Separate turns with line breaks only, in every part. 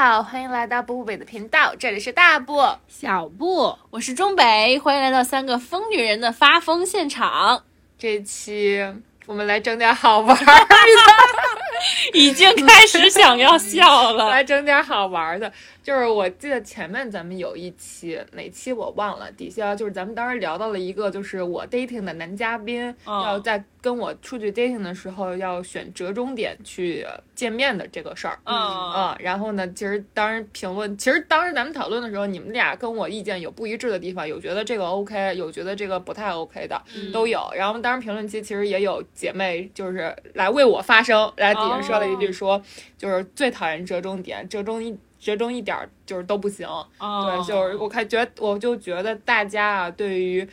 好，欢迎来到布布北的频道，这里是大布，
小布，
我是中北，欢迎来到三个疯女人的发疯现 场。
这期我们来整点好玩儿，
已经开始想要 笑了，
来整点好玩儿的。就是我记得前面咱们有一期，哪期我忘了，底下就是咱们当时聊到了一个，就是我 dating 的男嘉宾、
嗯
要在跟我出去 dating 的时候要选折中点去见面的这个事儿。
嗯，
啊、然后呢？其实当时评论，其实当时咱们讨论的时候，你们俩跟我意见有不一致的地方，有觉得这个 OK，有觉得这个不太 OK 的，
嗯
都有。然后当时评论区其实也有姐妹就是来为我发声，来底下说了一
哦
句说，就是最讨厌折中点，折中一折中一点儿就是都不行。对，
对
就是我看觉得我就觉得大家啊，对于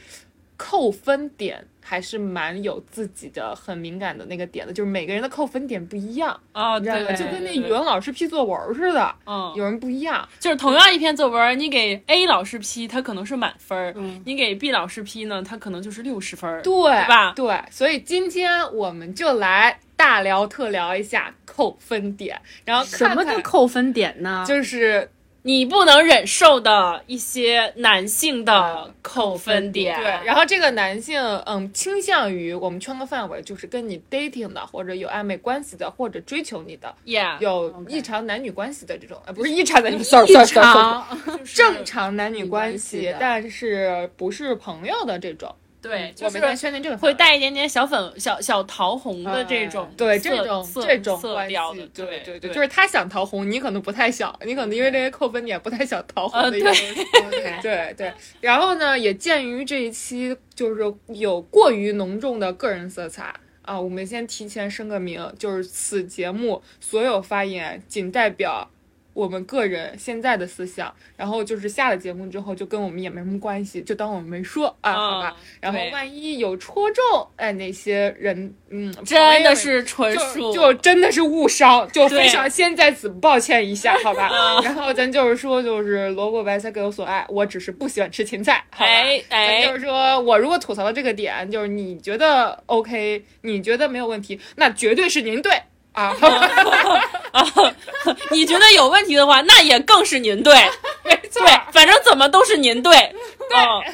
扣分点还是蛮有自己的很敏感的那个点的，就是每个人的扣分点不一样。
哦，
你知道
对
吗？，就跟那
对
语，文老师批作文儿似的，
嗯，
有人不一样。
就是同样一篇作文，你给 A 老师批，他可能是满分儿；
嗯
你给 B 老师批呢，他可能就是六十分儿，
对，
吧
对，所以今天我们就来大聊特聊一下扣分点，然后
什
看
么叫
看
扣分点呢？
就是
你不能忍受的一些男性的
嗯
扣分点，
对，然后这个男性，嗯，倾向于我们圈个范围，就是跟你 dating 的，或者有暧昧关系的，或者追求你的，
，yeah，
有
OK
异常男女关系的这种，呃，不是异常男女，sorry sorry sorry，
长
就是
正常男女
女
关
关系
系
的，
但是不是朋友的这种，
对，
我
就
们先
是
确定这个范
会
围
带一点点小粉、小小桃红的这种色，
哎对这种
色
这种
色
关系
调的，，
对
对
对，就是他想桃红，你可能不太想，你可能因为这些扣分点不太想桃红
呃
的一个
对
东西。
OK
对对，然后呢，也鉴于这一期就是有过于浓重的个人色彩啊，我们先提前声个明，就是此节目所有发言仅代表我们个人现在的思想，然后就是下了节目之后就跟我们也没什么关系，就当我们没说啊，好吧。
嗯
然后
对
万一有戳中哎那些人，嗯，
真
朋友
的是纯
就
属
就真的是误伤，就
对嗯
非常先在此抱歉一下，好吧？然后咱就是说，就是萝卜白菜各有所爱，我只是不喜欢吃芹菜，好吧？
哎
咱
哎
就，是说我如果吐槽的这个点，就是你觉得 OK，你觉得没有问题，那绝对是您对啊，好吧
嗯 你觉得有问题的话，那也更是您对
没错
对，反正怎么都是您对。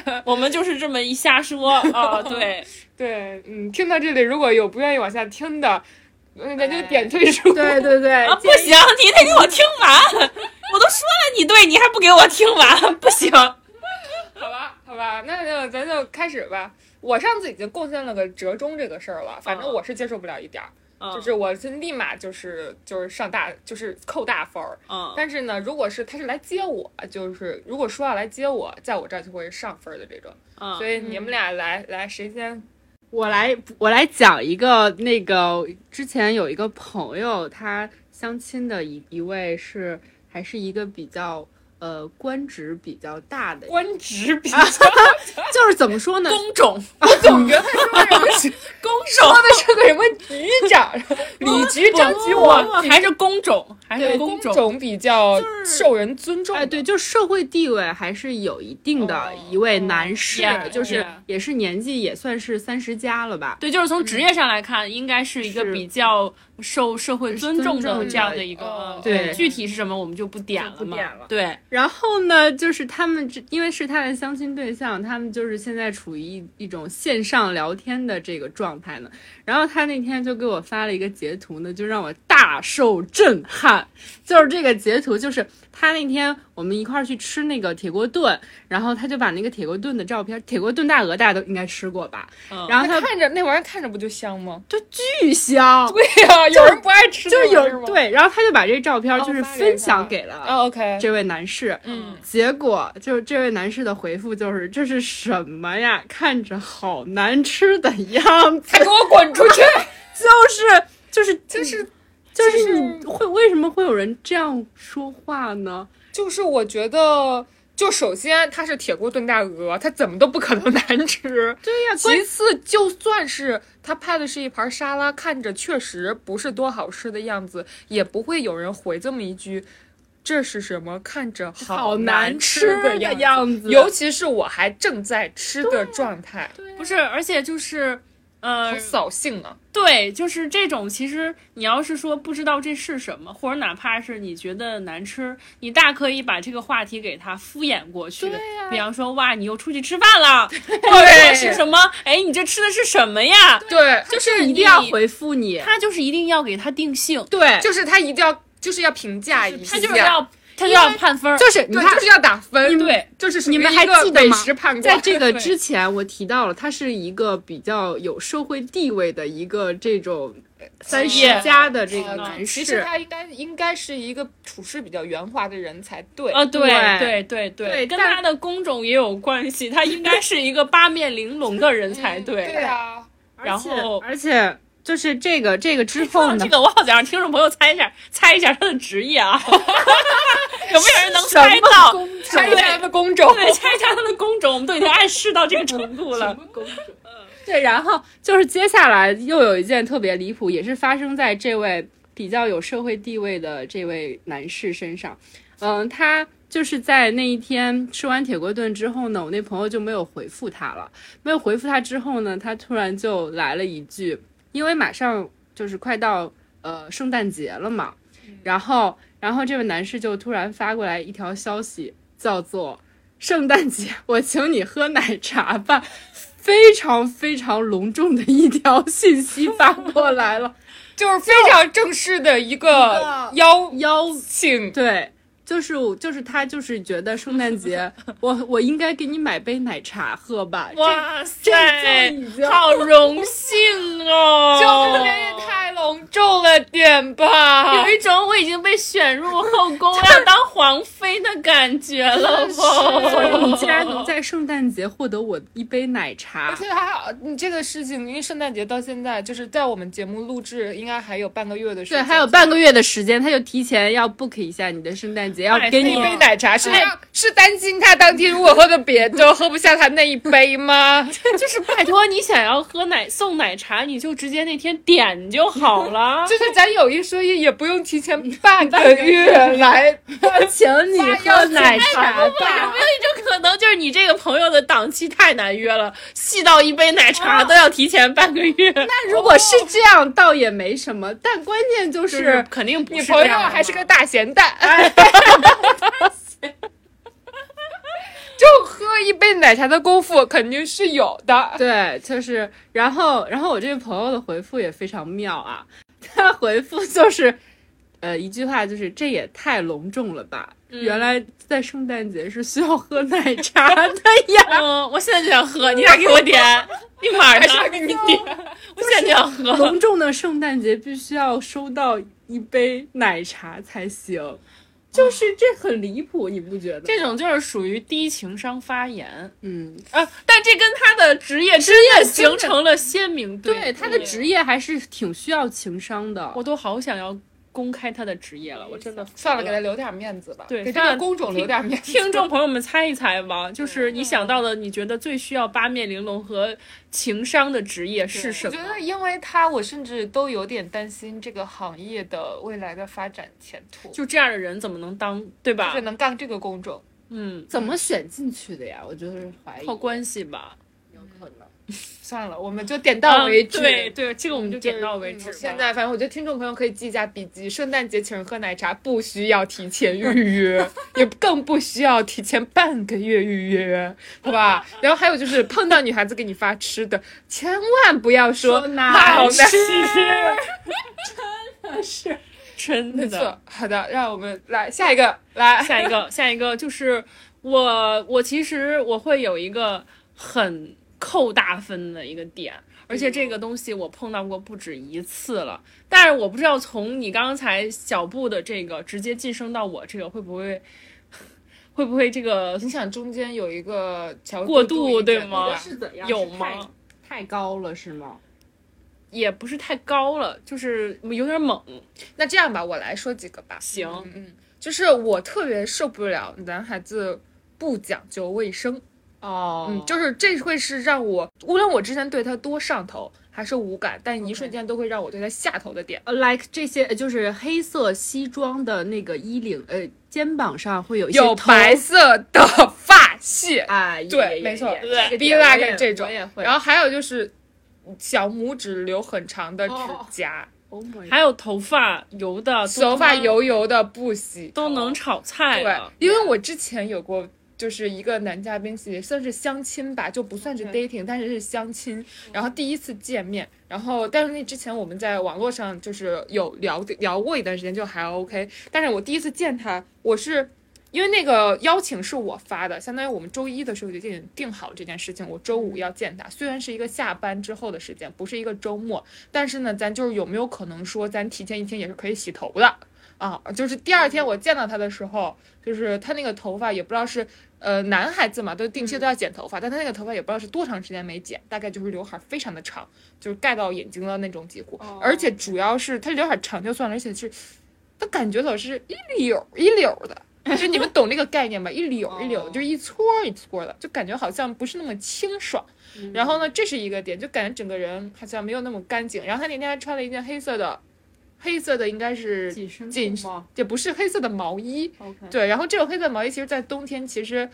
嗯，我们就是这么一瞎 说啊，对，
对，嗯，听到这里如果有不愿意往下听的，嗯咱就
哎
点退出。
对 对对
啊，不行，你得给我听完，我都说了你对，你还不给我听完，不 行。
好吧，好吧，那就咱就开始吧。我上次已经贡献了个折中这个事儿了，反正
嗯
我是接受不了一点儿。
嗯
就是我是立马就是就是上大就是扣大分儿，
嗯，
但是呢，如果是他是来接我，就是如果说要来接我，在我这儿就会上分儿的这种。
嗯
所以你们俩来来，谁先？
我来我来讲一个那个之前有一个朋友，他相亲的一一位是还是一个比较呃官职比较大的，
官职比
就是怎么说呢？
工种，
我总觉得他说什 么
工
说
种，
的是个什么局 长、李局长、局
我
我。
还是工种，还
对
是
工
种。
种比较受人尊重的，
哎，对，就社会地位还是有一定的一位男士，
Yeah，
就是
，yeah
也是年纪也算是三十加了吧。
对，就是从职业上来看，应该是一个
是
比较受社会尊重
尊
的
重
这样
的
的一个。
哦
嗯
对
具体是什么我们就不点
就不
了嘛。
点了
对，
然后呢，就是他们这因为是他的相亲对象，他们就是现在处于一一种线上聊天的这个状态呢。然后他那天就给我发了一个截图呢，就让我大受震撼。就是这个截图，就是他那天我们一块儿去吃那个铁锅炖，然后他就把那个铁锅炖的照片，铁锅炖大鹅大家都应该吃过吧？
嗯
然后
那
他
看着那玩意儿看着不就香吗？
就巨 香，
对呀，有人不爱吃
就是
那玩意儿
有
吗，
对，然后他就把这照片
哦
就是
发给
分
他
享给了
啊，OK，
这位男士。
嗯，
结果就是这位男士的回复就是这是什么呀？看着好难吃的样子，
还给我滚出去！
就是就是
就是
就是
就是
你会为什么会有人这样说话呢？
就是，我觉得，就首先它是铁锅炖大鹅，它怎么都不可能 难吃。
对呀
其次，就算是他拍的是一盘沙拉，看着确实不是多好吃的样子，也不会有人回这么一句：“这是什么？看着
好
难
难吃
的
的
子。
样子，
尤其是我还正在吃的状态，
不是，而且就是呃
好，扫兴啊！
对，就是这种。其实你要是说不知道这是什么，或者哪怕是你觉得难吃，你大可以把这个话题给它敷衍过去。
呀
比方说，哇，你又出去吃饭了，或者说是什么？哎，你这吃的是什么呀？
对，
就是一定要回复你，
他就是一定要给他定性，
对，
就是他一定要，就是要评价一下，
他就是要他就要判分儿。
就是你
对，
看
就，是要打分，
对，
就是属于
你们
一
还
个
记得
美
吗
食判官
在这个
对
之前我提到了，它是一个比较有社会地位的一个这种呃三
职
十
业
加的这个
呃
男
其实
士。
他应该应该是一个处事比较圆滑的人才对。
哦
啊，对
对
对对
对
跟
但
他的工种也有关系，他应该是一个八面玲珑的人才
嗯
对。
对啊，
然后
而且就是这个这个之
说
后
到
呢
这，个，我好想让听众朋友猜一下，猜一下他的职业 啊，有没有人能
什么
猜到？
拆一下他的工种，
对，猜一下他的工种，我们都已经暗示到这个程度了。
对，然后就是接下来又有一件特别离谱，也是发生在这位比较有社会地位的这位男士身上。嗯，他就是在那一天吃完铁锅炖之后呢，我那朋友就没有回复他了。没有回复他之后呢，他突然就来了一句，因为马上就是快到呃圣诞节了嘛，然后然后这位男士就突然发过来一条消息，叫做“圣诞节我请你喝奶茶吧”，非常非常隆重的一条信息发过来了，
就是非常正式的一个邀
邀
请。
对，就是就是他就是觉得圣诞 节我我应该给你买杯奶茶喝吧，这
哇
这
塞
就，已经
好荣幸 哦！
就是也太隆重了点吧
有？ 一种我已经被选入后 宫，要当皇妃的感觉了
所以你竟然能
不？
在圣诞节获得我一杯奶
而
茶，
且还好，你这个事情，因为圣诞节到现在，就是在我们节目录制，应该还有半个月的时
对，
间。
还有半个月的时间，他就提前要 book 一下你的圣诞节，要
哎
给
那
你
一
对
杯奶茶是要是担心他当天如果喝的别的，喝不下他那一杯吗？
就是拜托你想要喝奶送奶茶，你就直接那天点就好 了。
就是咱有一说一，也不用提前嗯半个 月来。
请你喝奶茶
有
吧
没。有一种可能，就是你这个朋友的档期太难约了，细到一杯奶茶都要提前半个月？
那如果是这样，倒也没什么，但关键就
就是肯定不
你
是
朋
这
友
样的
还是个大咸蛋， 就喝一杯奶茶的功夫肯定是有的。
对，就是，然后，然后我这个朋友的回复也非常妙啊，他回复就是，呃，一句话就是这也太隆重了吧，
嗯
原来在圣诞节是需要喝奶茶的 呀，
嗯，我现在就想 喝，你俩给我点，立马
还是要
的，
给你 点，
我现在就想喝。
隆重的圣诞节必须要收到一杯奶茶才行，就是这很离谱，你不觉得？
这种就是属于低情商发言
嗯，
啊，但这跟他的职业职业形成了鲜明
对，
比
他的职业还是挺需要情商的。
我都好想要公开他的职业了，我真的服
算了，给他留点面子吧，
对
给这个工种留点面子。
听众朋友们猜一猜吧，
嗯
就是你想到的，你觉得最需要八面玲珑和情商的职业是什
我
么
觉？得，因为他，我甚至都有点担心这个行业的未来的发展前途，
就这样的人怎么能当，对
就
吧
是？能干这个工种。
嗯，
怎么选进去的呀？我就是怀疑，
靠关系吧，
有可能。
算了，我们就点到为止。
啊对对，这个我们就点到为
嗯
止吧。
现在反正我觉得听众朋友可以记一下笔记：圣诞节请人喝奶茶不需要提 前预约，也更不需要提前半个月预约，好吧？然后还有就是碰到女孩子给你发吃的，千万不要说
说难
好
吃
难吃。
真
没
的
错，。好的，让我们来下一个，来
下一个，下一个就是我，我其实我会有一个很扣大分的一个点，而
嗯
且这个东西我碰到过不止一次了。但是我不知道从你刚才小布的这个直接晋升到我这个会不会，会不会这个
你想中间有一个桥
过
渡
渡
一点
对吗
的吧
是怎样
有吗？？
太高了是吗？
也不是太高了，就是有点猛。
那这样吧，我来说几个吧。
行，
嗯嗯，就是我特别受不了男孩子不讲究卫生。
哦
嗯，就是这会是让我，无论我之前对他多上头还是无感，但一瞬间都会让我对他下头的点。
呃 like 这些呃就是黑色西装的那个衣领，呃，肩膀上会有一些
有
头
白色的发屑，
啊，
对
也
没错
也
对
这
B
个点我
like
也
这种
我也会
然后还有就是小拇指留很长的指甲，
Oh my，
还有头发油的，都
头发
能
油油的不洗头
都能炒菜
对
了，，
因为我之前有过。就是一个男嘉宾系列，算是相亲吧，就不算是
OK
dating，但是是相亲。然后第一次见面，然后但是那之前我们在网络上就是有聊聊过一段时间，就还 OK。但是我第一次见他，我是因为那个邀请是我发的，相当于我们周一的时候就定定好了这件事情，我周五要见他。虽然是一个下班之后的时间，不是一个周末，但是呢，咱就是有没有可能说，咱提前一天也是可以洗头的啊？就是第二天我见到他的时候，就是他那个头发也不知道是。呃，男孩子嘛，都定
嗯
期都要剪头发，但他那个头发也不知道是多长时间没剪，大概就是刘海儿非常的长，就是盖到眼睛的那种几乎，
哦
而且主要是他刘海儿长就算了，而且是他感觉老是一绺儿一绺儿的，就你们懂这个概念吧？一绺一绺，
哦
就一撮儿一撮儿的，就感觉好像不是那么清爽。然后呢，这是一个点，就感觉整个人好像没有那么干净。然后他那天还穿了一件黑色的，黑色的应该是
紧身
紧
裤吗
也不是黑色的毛衣，
？OK，
对。然后这种黑色毛衣其实，在冬天其实
嗯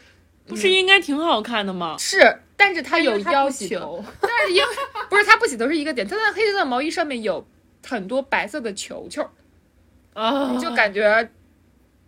不是应该挺好看的吗？
是，但是它有
因为他不
要
洗
求，
头
但是因为不是它不洗头是一个点，它那黑色的毛衣上面有很多白色的球球，
哦
啊，
你就感觉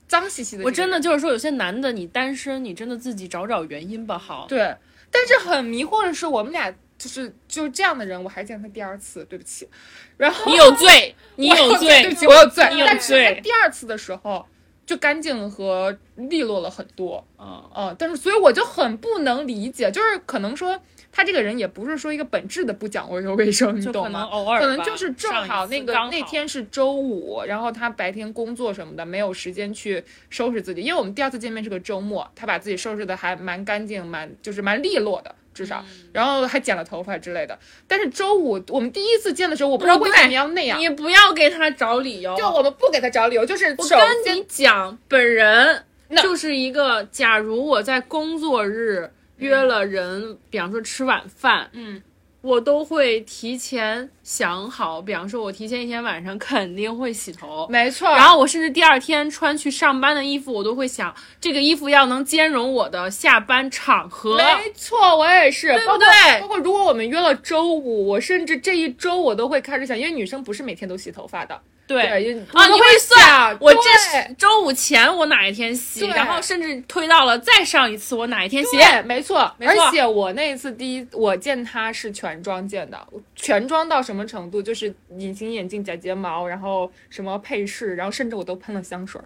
脏兮兮的。
我真的就是说，有些男的你单身，你真的自己找找原因吧，好。
对，但是很迷惑的是，我们俩就是就这样的人，我还见他第二次，对不起。然后
你有罪，你
我
有
对不
罪，
起，我有罪。
你有
但是
罪
他第二次的时候就干净和利落了很多，
嗯，
嗯，但是所以我就很不能理解，就是可能说他这个人也不是说一个本质的不讲卫生卫生，你
就可
懂
能
吗？
偶尔吧，
可能就是正
上一
好
次
那个
刚好
那天是周五，然后他白天工作什么的，没有时间去收拾自己。因为我们第二次见面是个周末，他把自己收拾的还蛮干净，蛮就是蛮利落的，至少，
嗯
然后还剪了头发之类的。但是周五我们第一次见的时候，我不知道
不
为
嗯对
什么要那样，
你不要给他找理由。
就我们不给他找理由，就是
我
首
跟
先
你讲，本人
那
就是一个，假如我在工作日约了人，比方说吃晚饭，
嗯，
我都会提前想好，比方说我提前一天晚上肯定会洗头。
没 错，
然后我甚至第二天穿去上班的衣服，我都会想这个衣服要能兼容我的下班场合。
没错，我也是，
对不
包括
对
包括如果我们约了周五，我甚至这一周我都会开始想，因为女生不是每天都洗头发的，
对
啊，因为
啊，
我
你
会
会算
想
我这
对
是周五前我哪一天洗，
对
然后甚至推到了再上一次我哪一天洗。
对，没错，
没错
而且我那一次第一，我见他是全妆见的，全妆到什么程度？就是隐形眼镜、假睫毛，然后什么配饰，然后甚至我都喷了香水儿，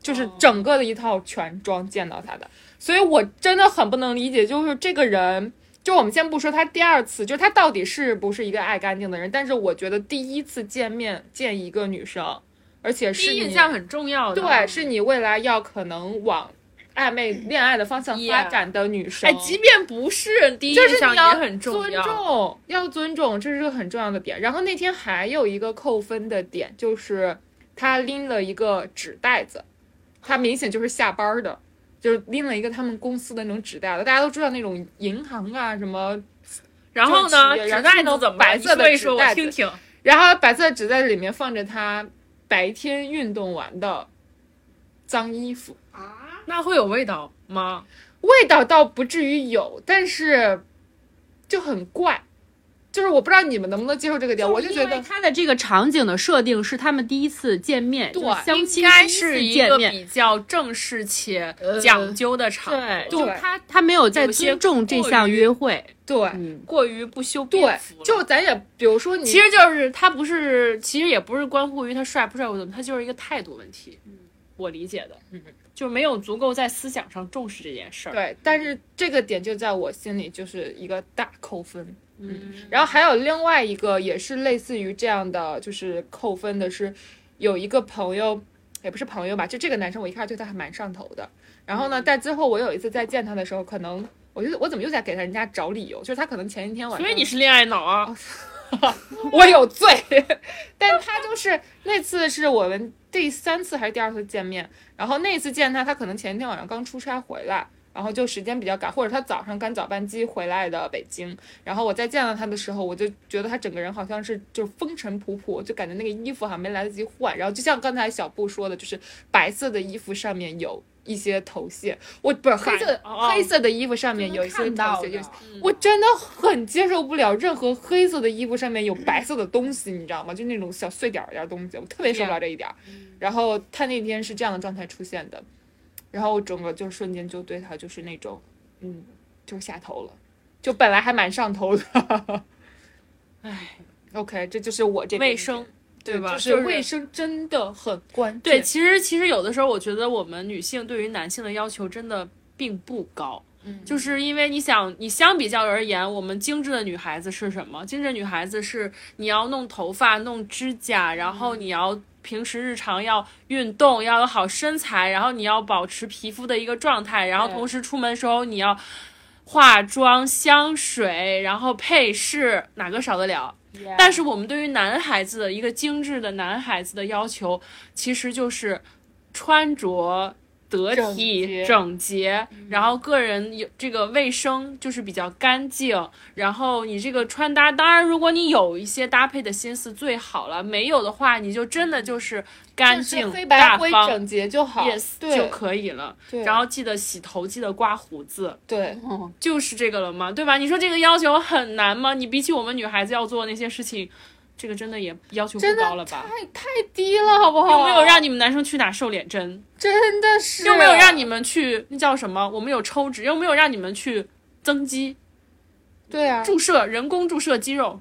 就是
哦
整个的一套全妆见到他的。所以我真的很不能理解，就是这个人。就我们先不说他第二次，就是他到底是不是一个爱干净的人，但是我觉得第一次见面见一个女生，而且
第
是
一印
你
象很重要的。
对，是你未来要可能往暧昧恋爱的方向发
嗯 Yeah
展的女生。
哎，即便不是第一
就
印
是
象
你
也
要
很重
尊
要。
重，要尊重，这是个很重要的点。然后那天还有一个扣分的点，就是他拎了一个纸袋子，他明显就是下班儿的，就是拎了一个他们公司的那种纸袋子。大家都知道那种银行啊什么
然后呢，
就
纸
是然后
袋
那
子
种
怎么
白
了你
色的
说一
纸
说
袋
我听
子
听。
然后白色纸袋子里面放着他白天运动完的脏衣服，
啊，
那会有味道吗？
味道倒不至于有，但是就很怪，就是我不知道你们能不能接受这个点，我就觉得
他的这个场景的设定是他们第一次见面，
对
就是相
应
亲
该
第一次
是呃一
见
个
面，
比较正式且讲究的场合，
对，
对
就是他他没有在
有些
尊重这
过
项
于
约会，
对
嗯，
过于不修
对
边幅了。，
就咱也比如说你
其实就是他不是，其实也不是关乎于他帅不帅或怎么，他就是一个态度问题。我理解的，
嗯，
就没有足够在思想上重视这件事儿。
对，但是这个点就在我心里就是一个大扣分。
嗯，
然后还有另外一个也是类似于这样的，就是扣分的是，有一个朋友也不是朋友吧，就这个男生我一开始对他还蛮上头的。然后呢，
嗯
但最后我有一次再见他的时候，可能我觉得我怎么又在给人家找理由，就是他可能前一天晚上，
所以你是恋爱脑
哦
啊？
我有罪，但他就是那次是我们第三次还是第二次见面，然后那次见他，他可能前一天晚上刚出差回来，然后就时间比较赶，或者他早上赶早班机回来的北京，然后我再见到他的时候，我就觉得他整个人好像是就风尘仆仆，就感觉那个衣服好像没来得及换，然后就像刚才小布说的，就是白色的衣服上面有一些头屑，我不是黑色、
哦
黑色的衣服上面有一些
能看
头
到
屑，就
的
是
嗯
我真的很接受不了任何黑色的衣服上面有白色的东西，你知道吗？就那种小碎点儿点儿东西，我特别受不了这一点儿。然后他那天是这样的状态出现的，然后我整个就瞬间就对他就是那种，嗯，就是下头了，就本来还蛮上头的。
唉
，OK，这就是我这边
卫生，
对
吧？
就是卫生真的很关键。
对，其实其实有的时候，我觉得我们女性对于男性的要求真的并不高，
嗯
就是因为你想，你相比较而言，我们精致的女孩子是什么？精致女孩子是你要弄头发、弄指甲，然
嗯
后你要。平时日常要运动，要有好身材，然后你要保持皮肤的一个状态，然后
对
同时出门时候你要化妆、香水，然后配饰，哪个少得了？但是我们对于男孩子的一个精致的男孩子的要求，其实就是穿着得体、
整洁嗯
整洁，然后个人有这个卫生就是比较干净，然后你这个穿搭，当然如果你有一些搭配的心思最好了，没有的话你就真的就是干
就是
净、
黑白
大
灰
方
整洁就好
，yes
对
就可以了。
对
然后记得洗头，记得刮胡子，
对，
就是这个了吗？对吧？你说这个要求很难吗？你比起我们女孩子要做的那些事情，这个真的也要求
真
不
的
高了吧？
太太低了，好不好？
又没有让你们男生去打瘦脸针，
真的是
又没有让你们去那叫什么？我们有抽脂，又没有让你们去增肌、
对啊。
注射、人工注射肌肉。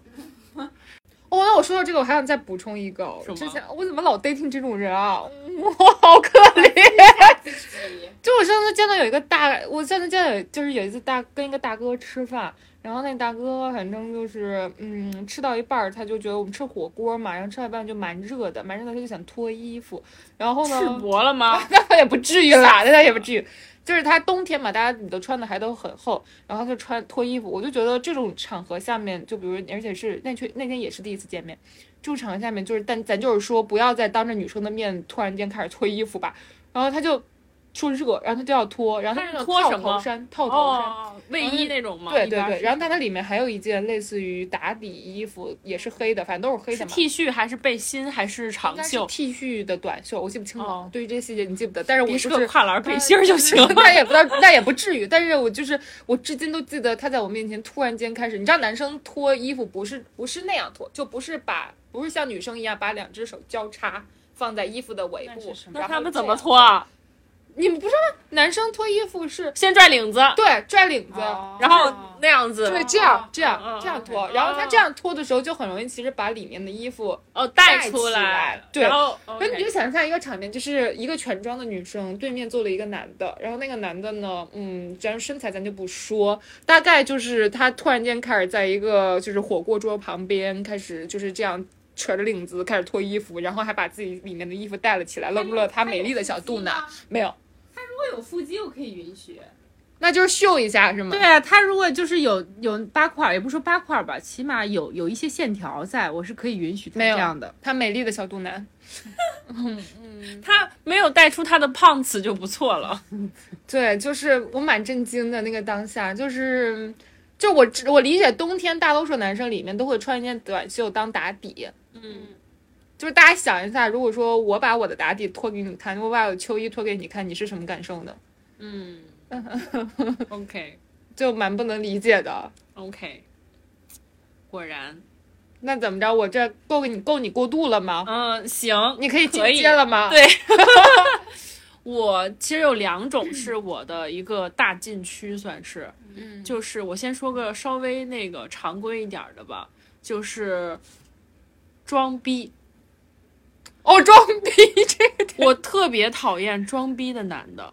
哦，那我说到这个，我还想再补充一个
什，么
之前我怎么老 dating 这种人啊？嗯 我好可 怜。就我上次见到有一个大，我上次见到有就是有一次大跟一个大哥吃饭，然后那大哥反正就是嗯，吃到一半儿他就觉得我们吃火锅嘛，然后吃到一半就蛮热的，蛮热的他就想脱衣服，然后呢
赤膊了吗？
那倒也不至于啦，那倒也不至于。就是他冬天嘛，大家你都穿的还都很厚，然后他就穿脱衣服，我就觉得这种场合下面，就比如而且是那天那天也是第一次见面，这种场合下面就是，但咱就是说不要再当着女生的面突然间开始脱衣服吧。然后他就说热，然后他就要脱，然后他
他
那种
是脱
套
什么
头衫，套头衫。
哦，卫衣那种吗？
对
一
对
般
对，
是
然后但它里面还有一件类似于打底衣服，也是黑的，反正都是黑的
是
嘛。
T 恤还是背心还是
应
长
该是
袖？
T 恤的短袖，我记不清了。
哦
对于这些细节你记不得，但是我
别
就是是嗯
个跨 栏背心儿就行了。
那也不到，那也不至于。但是我就是我至今都记得他在我面前突然间开始，你知道男生脱衣服不是不是那样脱，就不是把不是像女生一样把两只手交叉放在衣服的尾部
那是什，么
然
那
后
他们怎么
这样？
脱啊？
你们不知道吗？男生脱衣服是
先拽领子，
对拽领子。
然后那样子，
啊对，这样这
哦
样这样脱，然后他这样脱的时候，就很容易其实把里面的衣服，
哦
带
带
起
出
来对
然后
那你就
OK
想象一个场面，就是一个全妆的女生对面坐了一个男的，然后那个男的呢，嗯，咱身材咱就不说，大概就是他突然间开始在一个就是火锅桌旁边开始就是这样扯着领子开始脱衣服，然后还把自己里面的衣服带了起来，露出了她美丽的小肚腩。没有，
如果有腹肌，我可以允许。
那就是秀一下是吗？
对啊，他如果就是有有八块儿，也不说八块儿吧，起码有有一些线条在，我是可以允许他
没有
这样的。
她美丽的小肚腩，
他没有带出他的胖子就不错 了。
对，就是我蛮震惊的那个当下，就是就我知我理解，冬天大多数男生里面都会穿一件短袖当打底，
嗯，
就是大家想一下，如果说我把我的打底脱给你看，我把我的秋衣脱给你看，你是什么感受呢？
嗯，OK
就蛮不能理解的。
OK，果然，
那怎么着？我这够给你够你过渡了吗？
嗯，行，
你可以进
可以
阶了吗？
对我其实有两种是我的一个大禁区，算是，
嗯
就是我先说个稍微那个常规一点儿的吧，就是装逼，
哦，装逼这
我特别讨厌装逼的男的，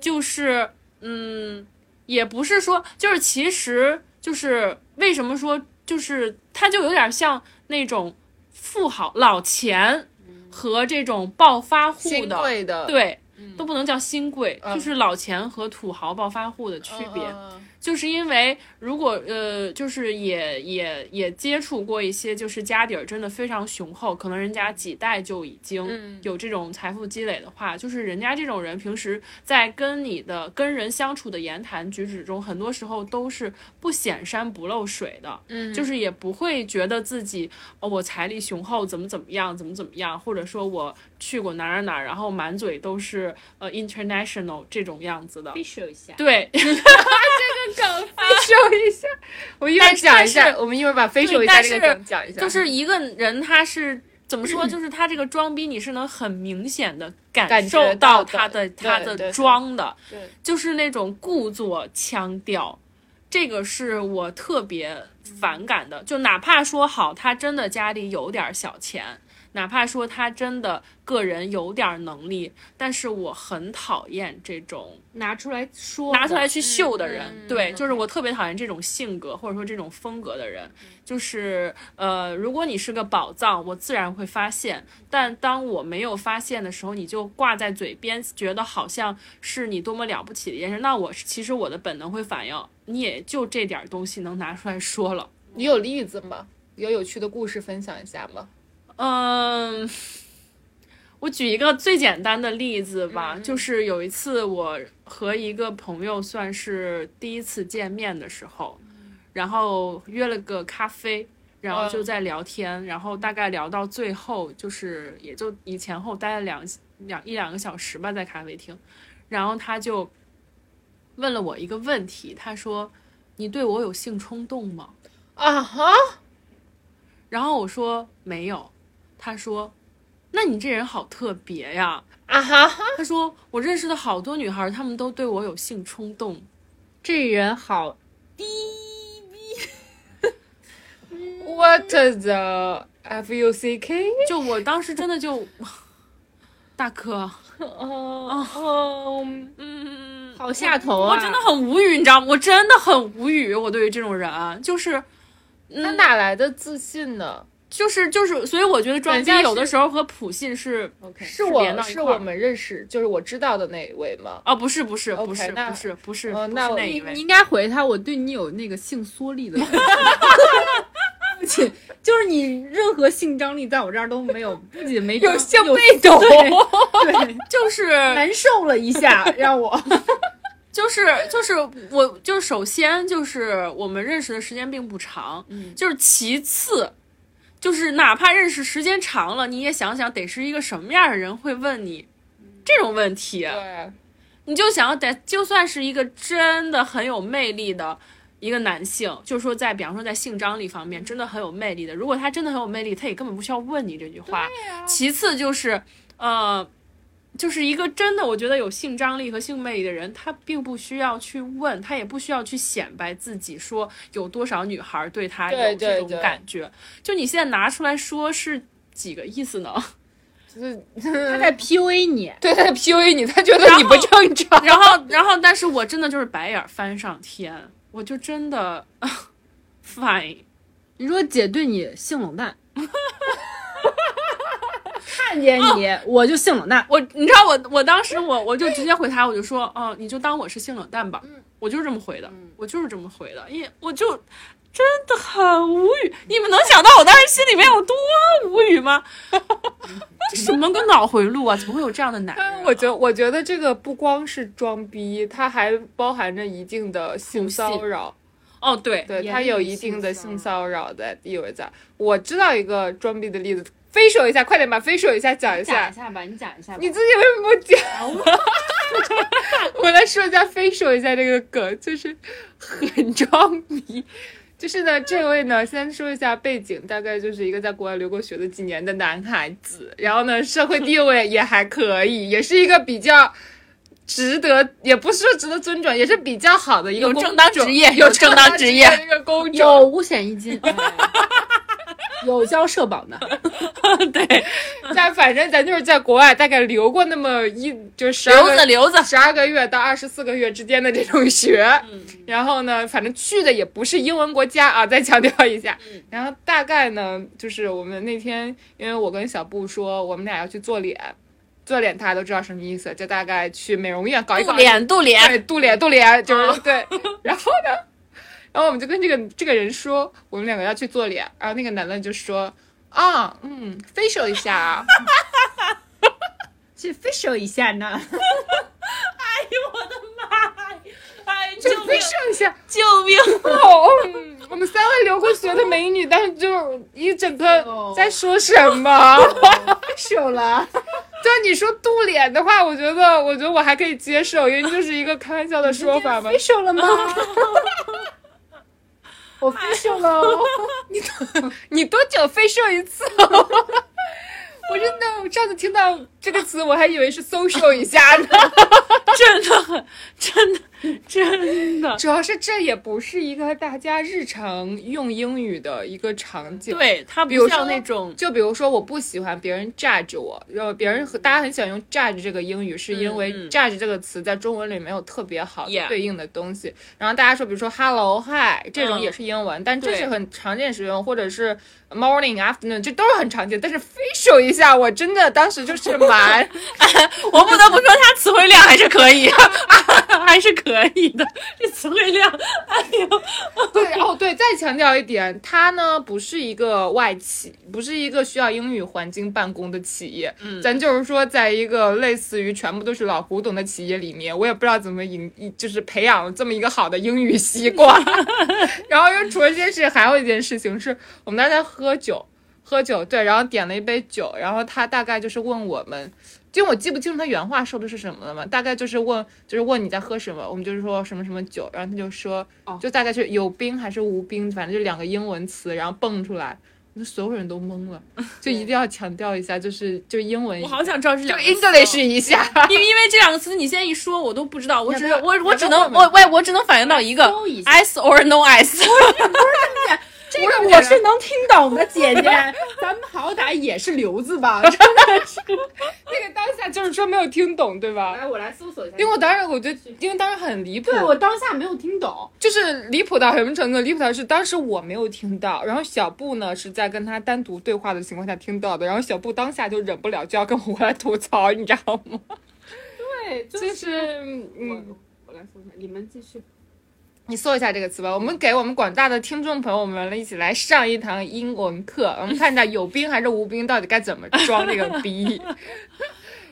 就是嗯，也不是说，就是其实就是为什么说，就是他就有点像那种富豪老钱和这种暴发
嗯
户
新
的，
贵的
对，都不能叫新贵，
嗯
就是老钱和土豪暴发户的区别。
嗯嗯嗯
就是因为如果呃，就是也也也接触过一些，就是家底儿真的非常雄厚，可能人家几代就已经
嗯
有这种财富积累的话，就是人家这种人平时在跟你的跟人相处的言谈举止中，很多时候都是不显山不漏水的，
嗯
就是也不会觉得自己哦，我财力雄厚，怎么怎么样，怎么怎么样，或者说我去过哪儿哪儿，然后满嘴都是呃 international 这种样子的。
，official 一下，
对，
梗 facial 一下，我们一会儿
但是
讲一下
但，
我们一会儿把 facial
对
一下
但
这个
是
梗讲一下，
就是一个人他是怎么说，就是他这个装逼，你是能很明显的感
感
受
觉到
到他的
的
他
对对
的
对
装的，
对
就是那种故作腔调。这个是我特别反感的，就哪怕说好，他真的家里有点小钱，哪怕说他真的个人有点能力，但是我很讨厌这种
拿出来说
拿出来去秀的人，
嗯
对，
嗯
就是我特别讨厌这种性格或者说这种风格的人。就是呃，如果你是个宝藏，我自然会发现；但当我没有发现的时候，你就挂在嘴边，觉得好像是你多么了不起的一件事。那我是其实我的本能会反应，你也就这点东西能拿出来说了。
你有例子吗？有有趣的故事分享一下吗？
嗯， 我举一个最简单的例子吧，
嗯嗯
就是有一次我和一个朋友算是第一次见面的时候，然后约了个咖啡。然后就在聊天，然后大概聊到最后，就是也就以前后待了两两一两个小时吧，在咖啡厅。然后他就问了我一个问题，他说：“你对我有性冲动吗？”
啊哈，
然后我说没有，他说，那你这人好特别呀。
啊哈，
他说我认识的好多女孩，她们都对我有性冲动。
这人好
，What the f u c k？
就我当时真的就，大哥，
哦哦，
嗯，
好下头啊！
我真的很无语，你知道吗？我真的很无语，我对于这种人，啊就是。
他
嗯，
哪来的自信呢？
就是就是，所以我觉得装逼
人家是
有的时候和普信是
OK
是
连
我
到一
是
块儿
我们认识，就是我知道的那一位吗？
啊，不是不是
OK，
不是
那
不是不是
哦
不是
那我
那一
你
位
你，应该回他，我对你有那个性缩力的感觉。不仅就是你任何性张力在我这儿都没 有，不仅没张
性被抖，
对，
就是
难受了一下，让我
就是就是我就是首先就是我们认识的时间并不长，
嗯
就是其次，就是哪怕认识时间长了，你也想想得是一个什么样的人会问你这种问题，
对，
你就想得就算是一个真的很有魅力的。一个男性，就是说在，比方说在性张力方面，真的很有魅力的。如果他真的很有魅力，他也根本不需要问你这句话。其次就是，呃，就是一个真的我觉得有性张力和性魅力的人，他并不需要去问，他也不需要去显摆自己，说有多少女孩对他有
对
这
对
种
对
感觉。就你现在拿出来说是几个意思呢？
就是
他在 PUA 你。
对他在 PUA 你，他觉得你不正常。
然后，然后，但是我真的就是白眼翻上天，我就真的 fine。
你说姐对你性冷淡， 看见你我就性冷淡。
我你知道我我当时我我就直接回他，我就说，哦、你就当我是性冷淡吧，我就是这么回的，我就是这么回的，因为我就真的很无语。你们能想到我当时心里面有多无语吗？这什么个脑回路啊？怎么会有这样的男人、
但我觉得，我觉得这个不光是装逼，它还包含着一定的性骚扰，
哦，对，
对，
言
它有
语
一
性
定的
骚
性骚扰的地位在。我知道一个装逼的例子，飞手一下，快点把飞手一下讲一
讲
下
一。下吧，你讲一下吧。
你自己为什么不
哦
讲？ 我来说一下，飞手一下这个梗，就是很装逼。就是呢，这位呢，先说一下背景，大概就是一个在国外留过学的几年的男孩子，然后呢，社会地位也还可以，也是一个比较值得，也不是说值得尊重，也是比较好的一个
有
工
正当
种
职业 有
有
正当
当
职
职
业
的一个 工种，
有五险一金，哎 有交社保呢。
但反正咱就是在国外大概留过那么一就是十二
留
个
子留子，
十二个月到二十四个月之间的这种学，
嗯
然后呢，反正去的也不是英文国家啊，再强调一下。
嗯
然后大概呢，就是我们那天，因为我跟小布说我们俩要去做脸，做脸大家都知道什么意思，就大概去美容院搞一
肚
搞
脸肚脸，哦
对，肚脸肚脸，就是、对。然后呢，然后我们就跟这个这个人说，我们两个要去做脸，然后那个男的就说。啊，嗯，facial 一下啊，
去 facial 一下 呢，
我的妈呀！哎，
就
救命！
facial 一下。
救命！
哦，嗯我们三位流过血的美女，但是就是一整
哦
个在说什么？
手了。
就你说肚脸的话，我觉得，我觉得我还可以接受，因为就是一个开玩笑的说法嘛。
手 了吗？我分手 了哦，
你多久 facial 一次？ 我真的，我上次听到这个词，我还以为是 social 一下呢。
真的很，真的，真的，
主要是这也不是一个大家日常用英语的一个场景。
对他
比如
不
说
像那种
就比如说，我不喜欢别人 judge 我，然后别人和大家很喜欢用 judge 这个英语，是因为
嗯嗯
judge 这个词在中文里没有特别好的
Yeah
对应的东西。然后大家说，比如说 hello hi 这种
嗯
也是英文，但这
对
是很常见使用，或者是 morning afternoon 这都是很常见。但是 facial 一下，我真的当时就是蛮
我不得不说，他词汇量还是可 以。
还是可以的，这词汇量，哎呦，
对哦对。再强调一点，它呢不是一个外企，不是一个需要英语环境办公的企业，
嗯
咱就是说，在一个类似于全部都是老古董的企业里面，我也不知道怎么引，就是培养这么一个好的英语习惯。然后又除了这件事，还有一件事情是我们当时在喝酒，喝酒对，然后点了一杯酒，然后他大概就是问我们。因为我记不清楚他原话说的是什么了嘛，大概就是问，就是问你在喝什么，我们就是说什么什么酒，然后他就说，哦就大概是有冰还是无冰，反正就两个英文词，然后蹦出来，我们所有人都懵了，就一定要强调一下，就是就英文
我好想知道这
就
啊
两个词哦
English 一下，
因为因为这两个词你现在一说，我都不知道，我只
要不要
我我只
要
能
不要
我喂，我只能反应到一个
搜一下
ice or no ice。
这 个我是能听懂的，姐 姐，咱们好歹也是留子 吧，
那个当下就是说没有听懂，对吧？
来，我来搜索一下。
因为我当时我觉得，因为当时很离谱，
对我当下没有听懂，
就是离谱到什么程度？离谱到是当时我没有听到，然后小布呢是在跟他单独对话的情况下听到的，然后小布当下就忍不了，就要跟我过来吐槽，你知道 吗？
对，就
就是嗯，
我来说说，你们继续。
你搜一下这个词吧。我们给我们广大的听众朋友们一起来上一堂英文课，我们看一下有冰还是无冰，到底该怎么装这个 逼。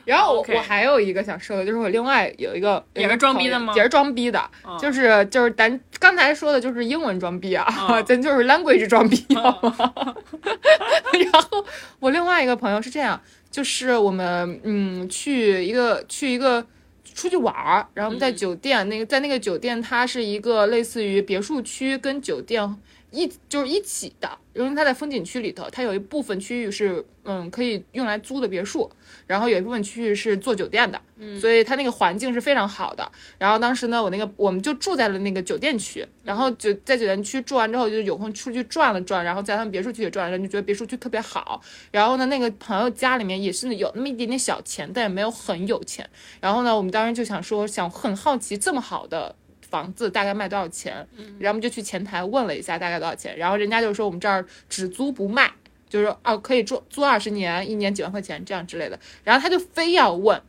然后我
OK
我还有一个想说的，就是我另外有一个
也是装逼的吗
也是装逼的，
哦
就是就是咱刚才说的就是英文装逼啊，
哦
咱就是 language 装
嗯
逼好吗？ 然后我另外一个朋友是这样，就是我们嗯去一个去一个出去玩儿，然后我们在
嗯
酒店、那个在那个酒店，它是一个类似于别墅区跟酒店一就是一起的，因为它在风景区里头，它有一部分区域是嗯可以用来租的别墅，然后有一部分区域是做酒店的，
嗯
所以它那个环境是非常好的。然后当时呢，我那个我们就住在了那个酒店区，然后就在酒店区住完之后，就有空出去转了转，然后在他们别墅区也转了转，就觉得别墅区特别好。然后呢，那个朋友家里面也是有那么一点点小钱，但也没有很有钱。然后呢，我们当时就想说，想很好奇这么好的。房子大概卖多少钱？然后我们就去前台问了一下大概多少钱，然后人家就说我们这儿只租不卖，就是说哦可以租租二十年，一年几万块钱这样之类的。然后他就非要问，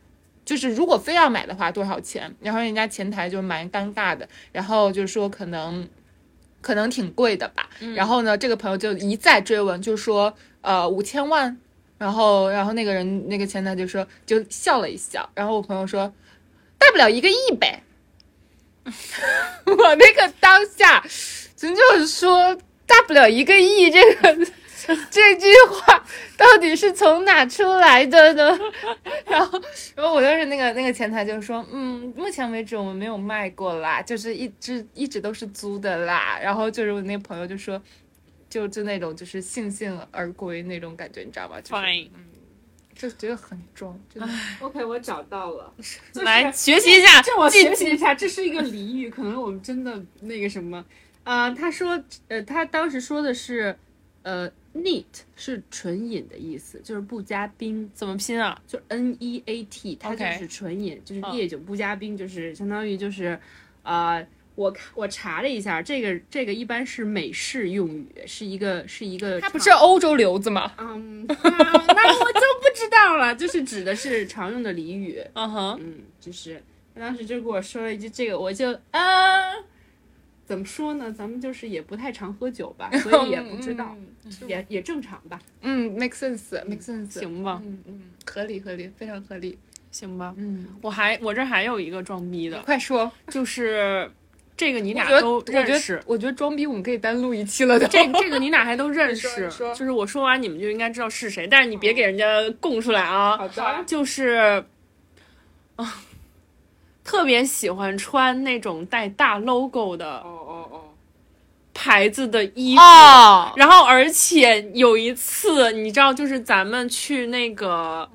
就是如果非要买的话多少钱？然后人家前台就蛮尴尬的，然后就说可能可能挺贵的吧。然后呢，这个朋友就一再追问，就说呃五千万。然后，然后那个人那个前台就说，就笑了一笑。然后我朋友说，大不了一个亿呗。 我那个当下，真就是说，大不了一个亿这个 这句话到底是从哪出来的呢？ 然后，然后我当时那个那个前台就说，嗯，目前为止我们没有卖过啦，就是一直一直都是租的啦。然后就是我那朋友就说，就就那种就是悻悻而归那种感觉，你知道吧？就是
fine，
就觉得很装，真的
OK，我找到了，就是
来学习一下，
啊这我
记
学习一下，这是一个俚语，可能我们真的那个什么，
啊，他说，呃，他当时说的是，呃，neat 是纯饮的意思，就是不加冰，
怎么拼啊？
就是 N E A T，它就
OK
是纯饮就是
嗯
烈酒不加冰，就是相当于就是，啊、我看我查了一下，这个这个一般是美式用语，是一个是一个
他不
常
是欧洲瘤子吗？
嗯，啊那我就不知道了，就是指的是常用的俚语，
嗯哼，
嗯，就是他当时就跟我说了一句这个，我就啊，怎么说呢？咱们就是也不太常喝酒吧，所以也不 知
嗯
道，也也正常吧，
嗯，make sense，make sense，
行吧？
嗯嗯，合理合理，非常合理。
行吧。
嗯，
我还我这还有一个装逼的，
快说，
就是这个你
我
俩
觉得
都
我觉
认
得
识。
我觉得装逼我们可以单录一期了都。
这这 个你俩还都认
你说
识
你说，
就是我说完你们就应该知道是谁，但是你别给人家供出来啊。
好的，
就是啊，特别喜欢穿那种带大 logo 的
哦哦哦，
牌子的衣服。
哦，
然后，而且有一次，你知道，就是咱们去那个，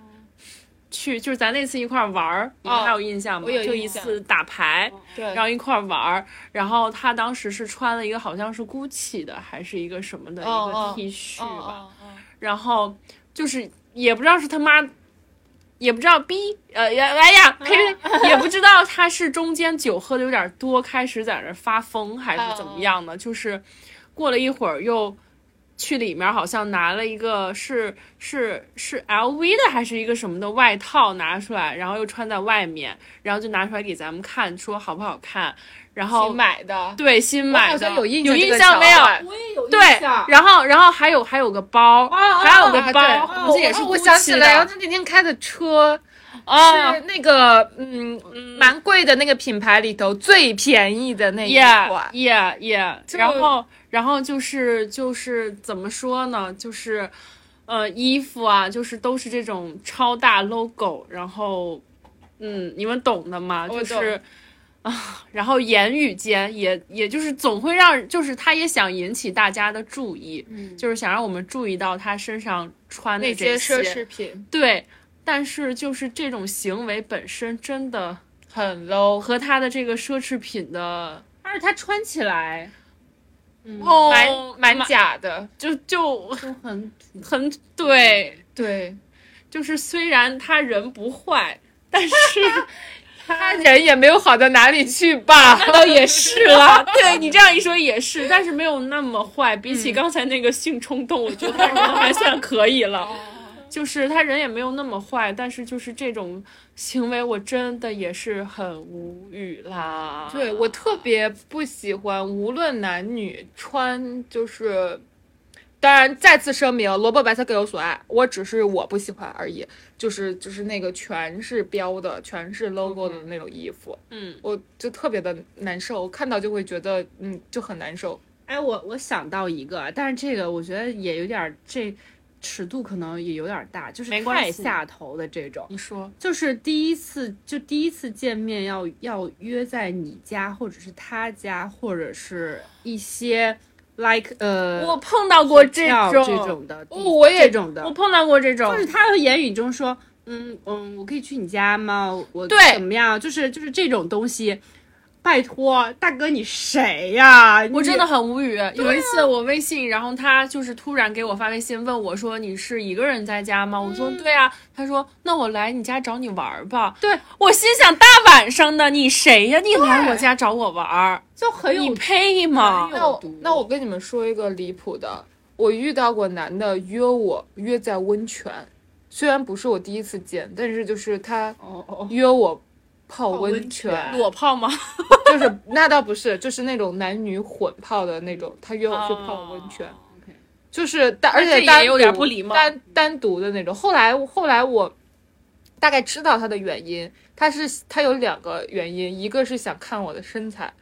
去就是咱那次一块儿玩儿，你们
哦
还有印象吗？
我有
就一
印象
次打牌，
对
然后一块儿玩儿。然后他当时是穿了一个好像是 GUCCI 的，还是一个什么的一
哦哦
个 T 恤吧。
哦哦哦
然后就是也不知道是他妈，也不知道逼，呃，也哎呀，
啊
哦
呸呸呸，也不知道他是中间酒喝的有点多，开始在那儿发疯还是
嗯
怎么样的，就是过了一会儿又。去里面好像拿了一个是是是 LV 的还是一个什么的外套拿出来，然后又穿在外面，然后就拿出来给咱们看，说好不好看。 然后
新买的，
对新
啊我
买
好
的
像有印
有
象这
印
个
象
桥
没有？
哎
我也有
对
印象，，
然后然后还有还有个包，还有个包，
啊对
不是也是
哦我想起
Gucci
来，然后
的
他那天开的车
啊
是那个嗯蛮贵的那个品牌里头最便宜的那一
，yeah
款。
yeah yeah，
就
然后然后就是就是怎么说呢，就是呃衣服啊，就是都是这种超大 logo，然后嗯，你们懂的嘛，
我
就是。啊，然后言语间也也就是总会让，就是他也想引起大家的注意，
嗯
就是想让我们注意到他身上穿的
那些
这
奢侈品
对，但是就是这种行为本身真的
很 low，
和他的这个奢侈品的
而且它穿起来
哦
嗯蛮蛮假的。
就就
都很
很对，
对，
就是虽然他人不坏，但是
他人也没有好到哪里去吧？
倒也是啦。 对你这样一说也是，但是没有那么坏。比起刚才那个性冲动，我觉得他人还算可以了。就是他人也没有那么坏，但是就是这种行为，我真的也是很无语啦。
对我特别不喜欢，无论男女穿就是。当然，再次声明，萝卜白菜各有所爱，我只是我不喜欢而已。就是就是那个全是标的，全是 logo 的那种衣服，
嗯，
我就特别的难受，我看到就会觉得嗯就很难受。
哎，我我想到一个，但是这个我觉得也有点儿这尺度可能也有点儿大，就是
没关
太
系
下头的这种。
你说
就是第一次就第一次见面要要约在你家或者是他家或者是一些 like 呃
我碰到过这
叫
种，
这种的地，
哦我也
这种的
我，碰到过这种
就，是他会言语中说，嗯嗯，我可以去你家吗？我
对
怎么样？就是就是这种东西，拜托大哥你谁呀、
我
你
真的很无语。有一次我微信，然后他就是突然给我发微信问我说：“你是一个人在家吗？”我说：“对啊。”他说：“那我来你家找你玩儿吧。”
对
我心想，大晚上的你谁呀？你来我家找我玩儿，
就很
你
有
配吗？
很有
那我
毒
那我跟你们说一个离谱的，我遇到过男的约我约在温泉，虽然不是我第一次见，但是就是他
哦哦，
约我泡
温
温泉，
泉
裸泡吗？
就是那倒不是，就是那种男女混泡的那种，他约我去泡温泉。
哦
就是单，而
这
且
也
单
有点
独
不礼貌
单单独的那种。后来后来我大概知道他的原因，他是他有两个原因，一个是想看我的身材，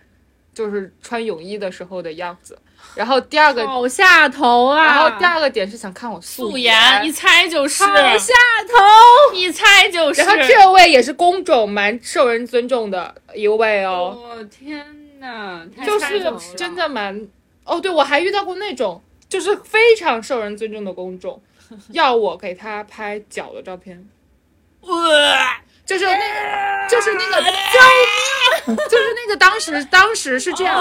就是穿泳衣的时候的样子，然后第二个，
好下头啊！
然后第二个点是想看我
素颜，
颜
一。猜就是，
好下头，
一猜就是。
然后这位也是工种蛮受人尊重的一位哦，
我天哪，太
就
下头了
是真的蛮哦，对我还遇到过那种就是非常受人尊重的工种， 要我给他拍脚的照片。就是那个，就是那个 就是那个当时当时是这样，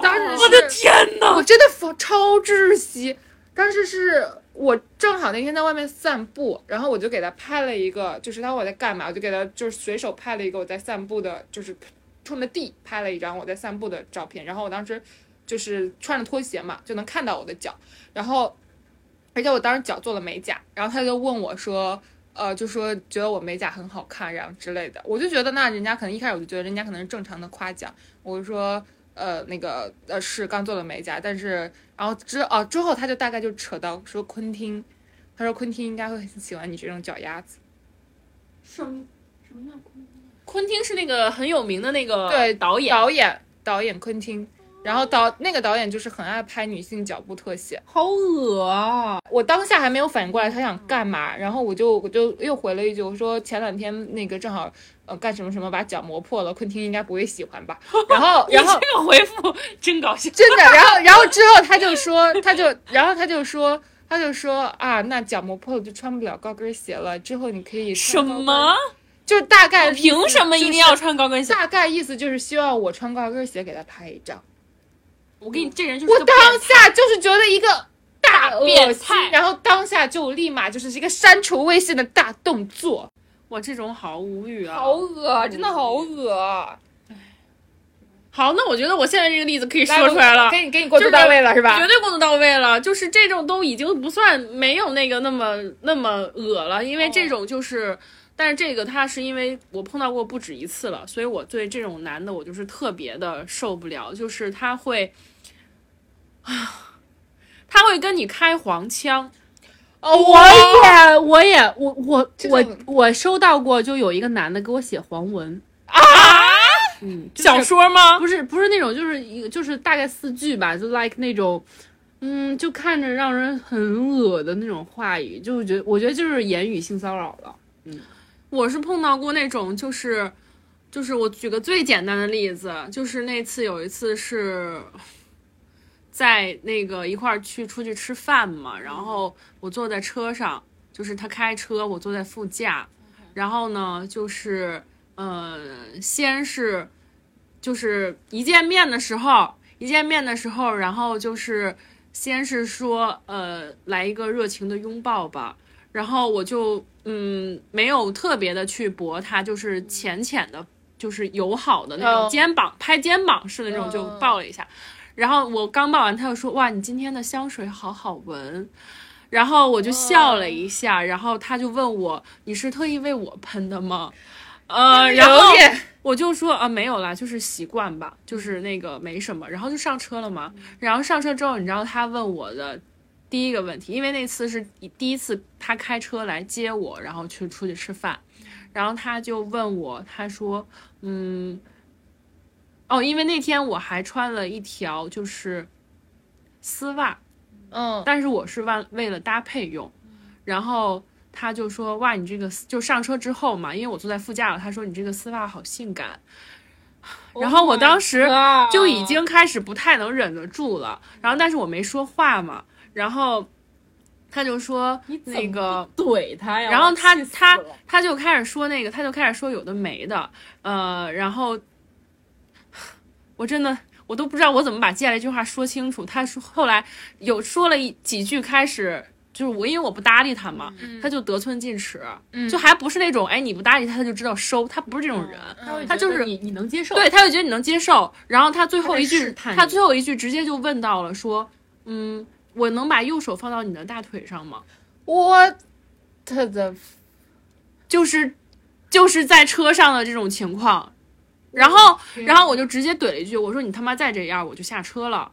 当时哦是我的天呐，我真的服超窒息。当时是我正好那天在外面散步，然后我就给他拍了一个，就是他问我在干嘛，我就给他就是随手拍了一个我在散步的，就是冲着地拍了一张我在散步的照片，然后我当时就是穿着拖鞋嘛，就能看到我的脚，然后而且我当时脚做了美甲，然后他就问我说。呃，就说觉得我美甲很好看，然后之类的，我就觉得那人家可能一开始我就觉得人家可能是正常的夸奖，我就说呃那个呃是刚做了美甲，但是然后之哦、之后他就大概就扯到说昆汀，他说昆汀应该会很喜欢你这种脚丫子，
什么什么叫昆
昆汀是那个很有名的那个
对
导演，
导演导演昆汀，然后导那个导演就是很爱拍女性脚部特写。
好恶啊！
我当下还没有反应过来他想干嘛，然后我就我就又回了一句，我说前两天那个正好呃干什么什么把脚磨破了，昆汀应该不会喜 欢吧。然后然后
你这个回复真搞笑。
真的，然后然后之后他就说，他就然后他就说，他就说啊，那脚磨破了就穿不了高跟鞋了，之后你可以
什
穿高跟
么？？
就大概意思
凭什么一定要
就是
穿高跟鞋？
大概意思就是希望我穿高跟鞋给他拍一张。
我跟你这人就是
我
个
当
变态
下就是觉得一个大恶
变
心
态，
然后当下就立马就是一个删除微信的大动作，嗯
我这种好无语啊！
好恶，真的好恶。
好，那我觉得我现在这个例子可以
来
说出来了，
给你给你过渡到位了是吧
绝？对过渡到位了。就是这种都已经不算没有那个那么那么恶了，因为这种就是，但是这个他是因为我碰到过不止一次了，所以我对这种男的我就是特别的受不了，就是他会，啊，他会跟你开黄腔，
哦，
我也，我也，我我
这
我
种
我收到过，就有一个男的给我写黄文啊，嗯，就是
小说吗？
不是不是那种，就是一个就是大概四句吧，就 like 那种，嗯，就看着让人很恶的那种话语，就是觉得我觉得就是言语性骚扰了。
我是碰到过那种，就是，就是我举个最简单的例子，就是那次有一次是在那个一块儿去出去吃饭嘛，然后我坐在车上，就是他开车，我坐在副驾，然后呢，就是呃，先是就是一见面的时候，一见面的时候，然后就是先是说呃，来一个热情的拥抱吧，然后我就嗯没有特别的去驳他，就是浅浅的，就是友好的那种
嗯
肩膀、拍肩膀式的那种就
嗯
抱了一下，然后我刚抱完他就说哇你今天的香水好好闻，然后我就笑了一下，然后他就问我你是特意为我喷的吗？呃，然后
有点
我就说啊，没有啦，就是习惯吧，就是那个没什么。然后就上车了嘛。然后上车之后，你知道他问我的第一个问题，因为那次是第一次他开车来接我，然后去出去吃饭，然后他就问我，他说，嗯，哦，因为那天我还穿了一条就是丝袜，
嗯，
但是我是为为了搭配用，然后他就说哇，你这个丝就上车之后嘛，因为我坐在副驾了，他说你这个丝袜好性感，
Oh
然后我当时
嗯啊
就已经开始不太能忍得住了，然后但是我没说话嘛，然后他就说
怎么
那个。
怼他呀！
然后他
气死
他
了
他就开始说那个，他就开始说有的没的，呃，然后我真的我都不知道我怎么把接下来这句话说清楚。他说后来有说了一几句，开始就是我因为我不搭理他嘛，他就得寸进尺，就还不是那种哎你不搭理他他就知道收，他不是这种人，
嗯
他就
觉
是
得你你能接受，
对，他就觉得你能接受。然后他最后一
他在
句，
试探
他
你
最后一句直接就问到了说，嗯，我能把右手放到你的大腿上吗？
我他的
就是就是在车上的这种情况。然后，然后我就直接怼了一句，我说你他妈再这样，我就下车了。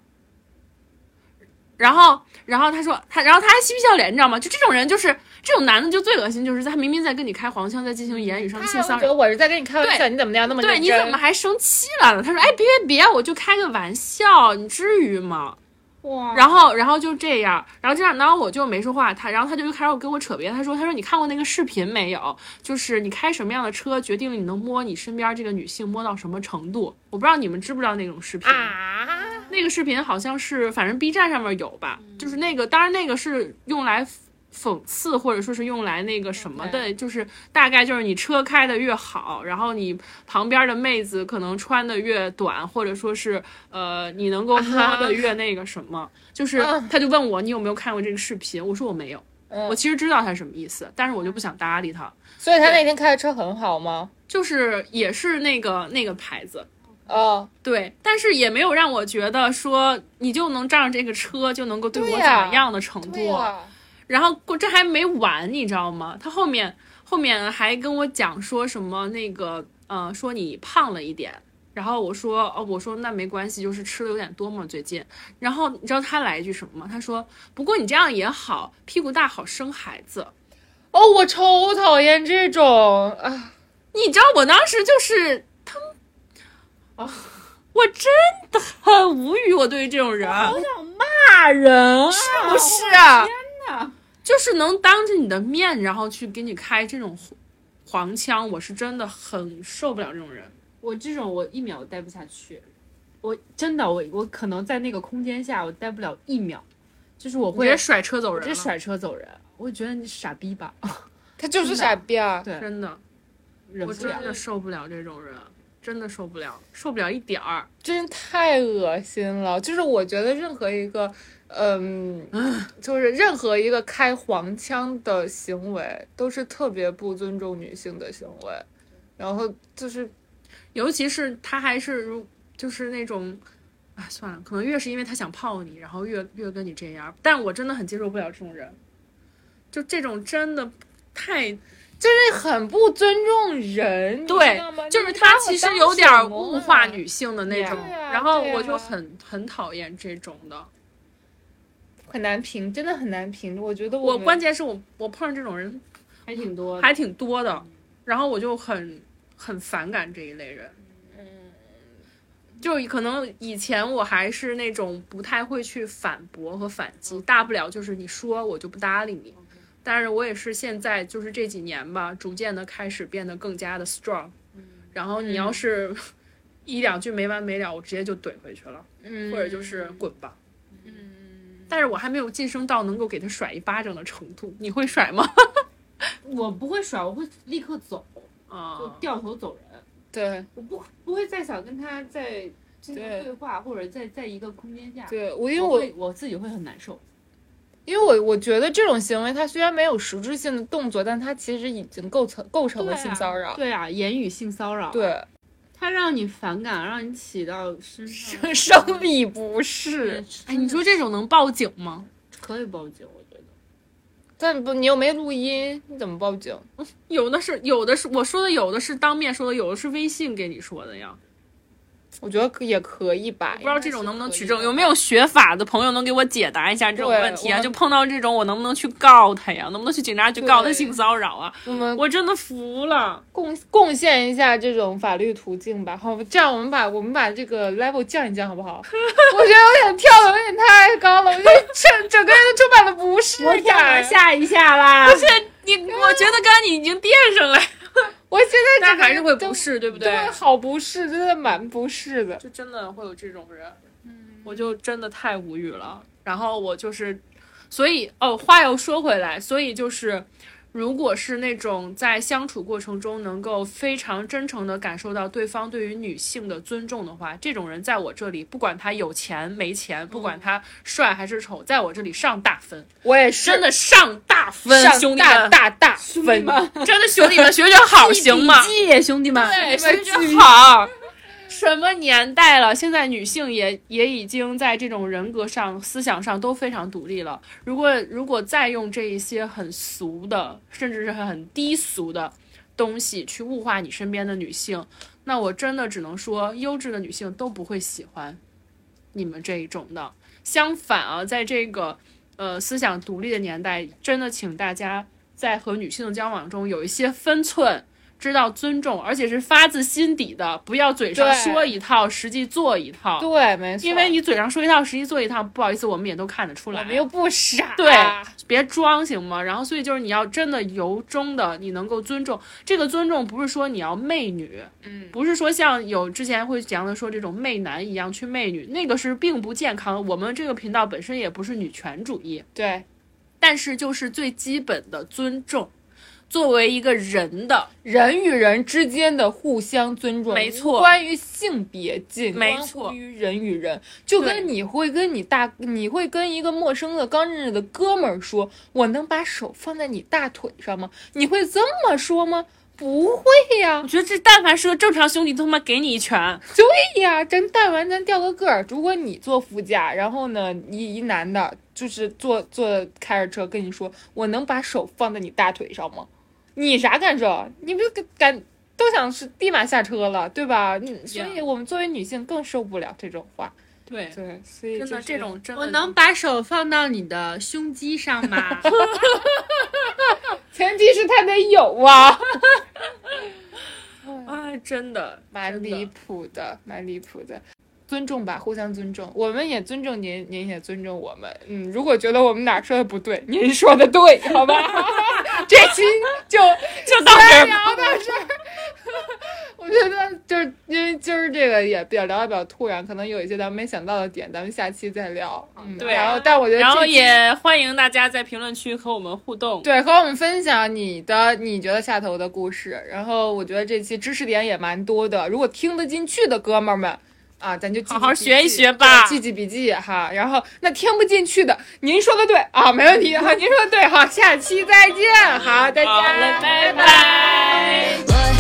然后，然后他说他，然后他还嬉皮笑脸，你知道吗？就这种人，就是这种男的，就最恶心，就是他明明在跟你开黄腔，在进行言语上的性
他
骚
觉得
扰，
我是在跟你开玩笑，你怎么那样那么
对，
认
你
真
怎么还生气了呢？他说，哎，别别别，我就开个玩笑，你至于吗？
哇，
然后，然后就这样，然后这样，然后我就没说话。他，然后他就又开始跟我扯别的。他说：“他说你看过那个视频没有？就是你开什么样的车，决定了你能摸你身边这个女性摸到什么程度。我不知道你们知不知道那种视频。
啊？
那个视频好像是，反正 B 站上面有吧。就是那个，当然那个是用来讽刺，或者说是用来那个什么的，就是大概就是你车开的越好，然后你旁边的妹子可能穿的越短，或者说是呃你能够摸的越那个什么。就是
嗯
他就问我你有没有看过这个视频，我说我没有，我
嗯，
其实知道他什么意思，但是我就不想搭理他。
所以他那天开的车很好吗？
就是也是那个那个牌子，
哦，
对，但是也没有让我觉得说你就能仗着这个车就能够对我
对
怎
呀
么样的程
对
度。
呀，
然后过这还没完，你知道吗？他后面后面还跟我讲说什么那个呃，说你胖了一点。然后我说哦，我说那没关系，就是吃的有点多嘛最近。然后你知道他来一句什么吗？他说不过你这样也好，屁股大好生孩子。
哦，我超讨厌这种啊！
你知道我当时就是
哦
他们，啊，我真的很无语，我对于这种人，啊
骂人，是
不是啊，
就是能当着你的面，然后去给你开这种黄腔，我是真的很受不了这种人。
我这种我一秒待不下去，我真的我我可能在那个空间下我待不了一秒，就是我
我
会
直接甩车走
我
人
直
了，
接甩车走人，我觉得你傻逼吧，
他就是傻逼啊！
对，
真的，
忍
我
不了
真。的受不了这种人，真的受不了，受不了一点儿。
真太恶心了。就是我觉得任何一个，嗯，
啊
就是任何一个开黄腔的行为，都是特别不尊重女性的行为。然后就是，
尤其是他还是如就是那种，哎，算了，可能越是因为他想泡你，然后越越跟你这样。但我真的很接受不了这种人，就这种真的太
就是很不尊重人，你
对
知道吗
就是他其实有点儿
你把我
物化。
当什么了
女性的那种，
对啊
然后
对啊
我就很很讨厌这种的。
很难评，真的很难评。我觉得
我
们
关键是我我碰上这种人
还挺多的。
还挺多的，然后我就很很反感这一类人。就可能以前我还是那种不太会去反驳和反击，大不了就是你说我就不搭理你。但是我也是现在就是这几年吧，逐渐的开始变得更加的 strong。然
嗯
后你要是 一两句没完没了，我直接就怼回去了，
嗯
或者就是滚吧。
嗯
但是我还没有晋升到能够给他甩一巴掌的程度，你会甩吗？
我不会甩，我会立刻走，就
啊，
掉头走人。
对
我不不会再想跟他在进
对
行对话，或者在在一个空间下，
对，我因为
我
我
会我自己会很难受。
因为我我觉得这种行为，它虽然没有实质性的动作，但它其实已经构成构成了性骚扰。
对啊，言语性骚扰，
对，
它让你反感，让你起到身上
生 生理不适，
哎，你说这种能报警吗？
可以报警，我觉得。
但不，你又没录音，你怎么报警？
有的是，有的是我说的，有的是当面说的，有的是微信给你说的呀。
我觉得可也可以吧，
不知道这种能不能取证，
应该是可以的
有没有学法的朋友能给我解答一下这种
对
问题啊？
我
就碰到这种，我能不能去告他呀？能不能去警察局告他
对
性骚扰啊？
我们
我真的服 了。
贡贡献一下这种法律途径吧。好，这样我们把我们把这个 level 降一降，好 不好？我觉得有点跳的有点太高了，我觉得整整个人都充满了不适啊
我跳
感
了。下一下啦。
你，我觉得刚你已经变 上来，
我现在
但
整个
还是会
都
不适，对不啊
对，好不适，真的蛮不适的。
就真的会有这种人，
嗯
我就真的太无语了。然后我就是，所以哦，话又说回来，所以就是，如果是那种在相处过程中能够非常真诚的感受到对方对于女性的尊重的话，这种人在我这里，不管他有钱没钱，不
嗯
管他帅还是丑，在我这里上大分，
我也是
真的上大分，
上
兄弟
大
们，
大大分，
真的兄弟们学学好行吗？
记兄弟们，
对，甚至 好。什么年代了？现在女性也也已经在这种人格上、思想上都非常独立了。如果如果再用这一些很俗的，甚至是很低俗的东西去物化你身边的女性，那我真的只能说，优质的女性都不会喜欢你们这一种的。相反啊，在这个呃思想独立的年代，真的请大家在和女性的交往中有一些分寸，知道尊重，而且是发自心底的，不要嘴上
对
说一套，实际做一套。
对，没错，
因为你嘴上说一套，实际做一套，不好意思，我们也都看得出来。
我们又不傻，
对，别装行吗？然后所以就是你要真的由衷的，你能够尊重这个尊重，不是说你要媚女，
嗯，
不是说像有之前会讲的说这种媚男一样去媚女，那个是并不健康的。我们这个频道本身也不是女权主义，
对，
但是就是最基本的尊重，作为一个人的
人与人之间的互相尊重，
没错
关于性别仅
没
关
错
乎于人与人，就
对
跟你会跟你大，你会跟一个陌生的刚认识的哥们儿说，我能把手放在你大腿上吗？你会这么说吗？不会呀
我，觉得这但凡是个正常兄弟，都他妈给你一拳。
对哎呀，咱带完咱掉个个儿。如果你坐副驾，然后呢，一一男的，就是坐坐开着车跟你说，我能把手放在你大腿上吗？你啥感受？啊你不就感都想是立马下车了，对吧？你所以我们作为女性更受不了这种话。
对，
对，所以、
真的，这种真的
我能把手放到你的胸肌上 吗？
前提是他得有啊，
啊，真的
蛮离谱的，蛮离谱的。尊重吧，互相尊重。我们也尊重您，您也尊重我们。嗯，如果觉得我们哪儿说的不对，您说的对，好吧？ 这期就
就 到这
闲
儿吧。
聊到这儿。我觉得就是因为今儿这个也比较聊得比较突然，可能有一些咱们没想到的点，咱们下期再聊。嗯，
对啊
然后，但我觉得
然后
这期
也欢迎大家在评论区和我们互动。
对和我们分享你的你觉得下头的故事。然后我觉得这期知识点也蛮多的，如果听得进去的哥们儿们。啊，咱就记记
好好
笔
学一
记
学吧
对记记笔记哈。然后那听不进去的，您说的对啊，没问题哈，您说的对哈，下期再见，好，大家
好嘞，拜
拜
拜。
Boy,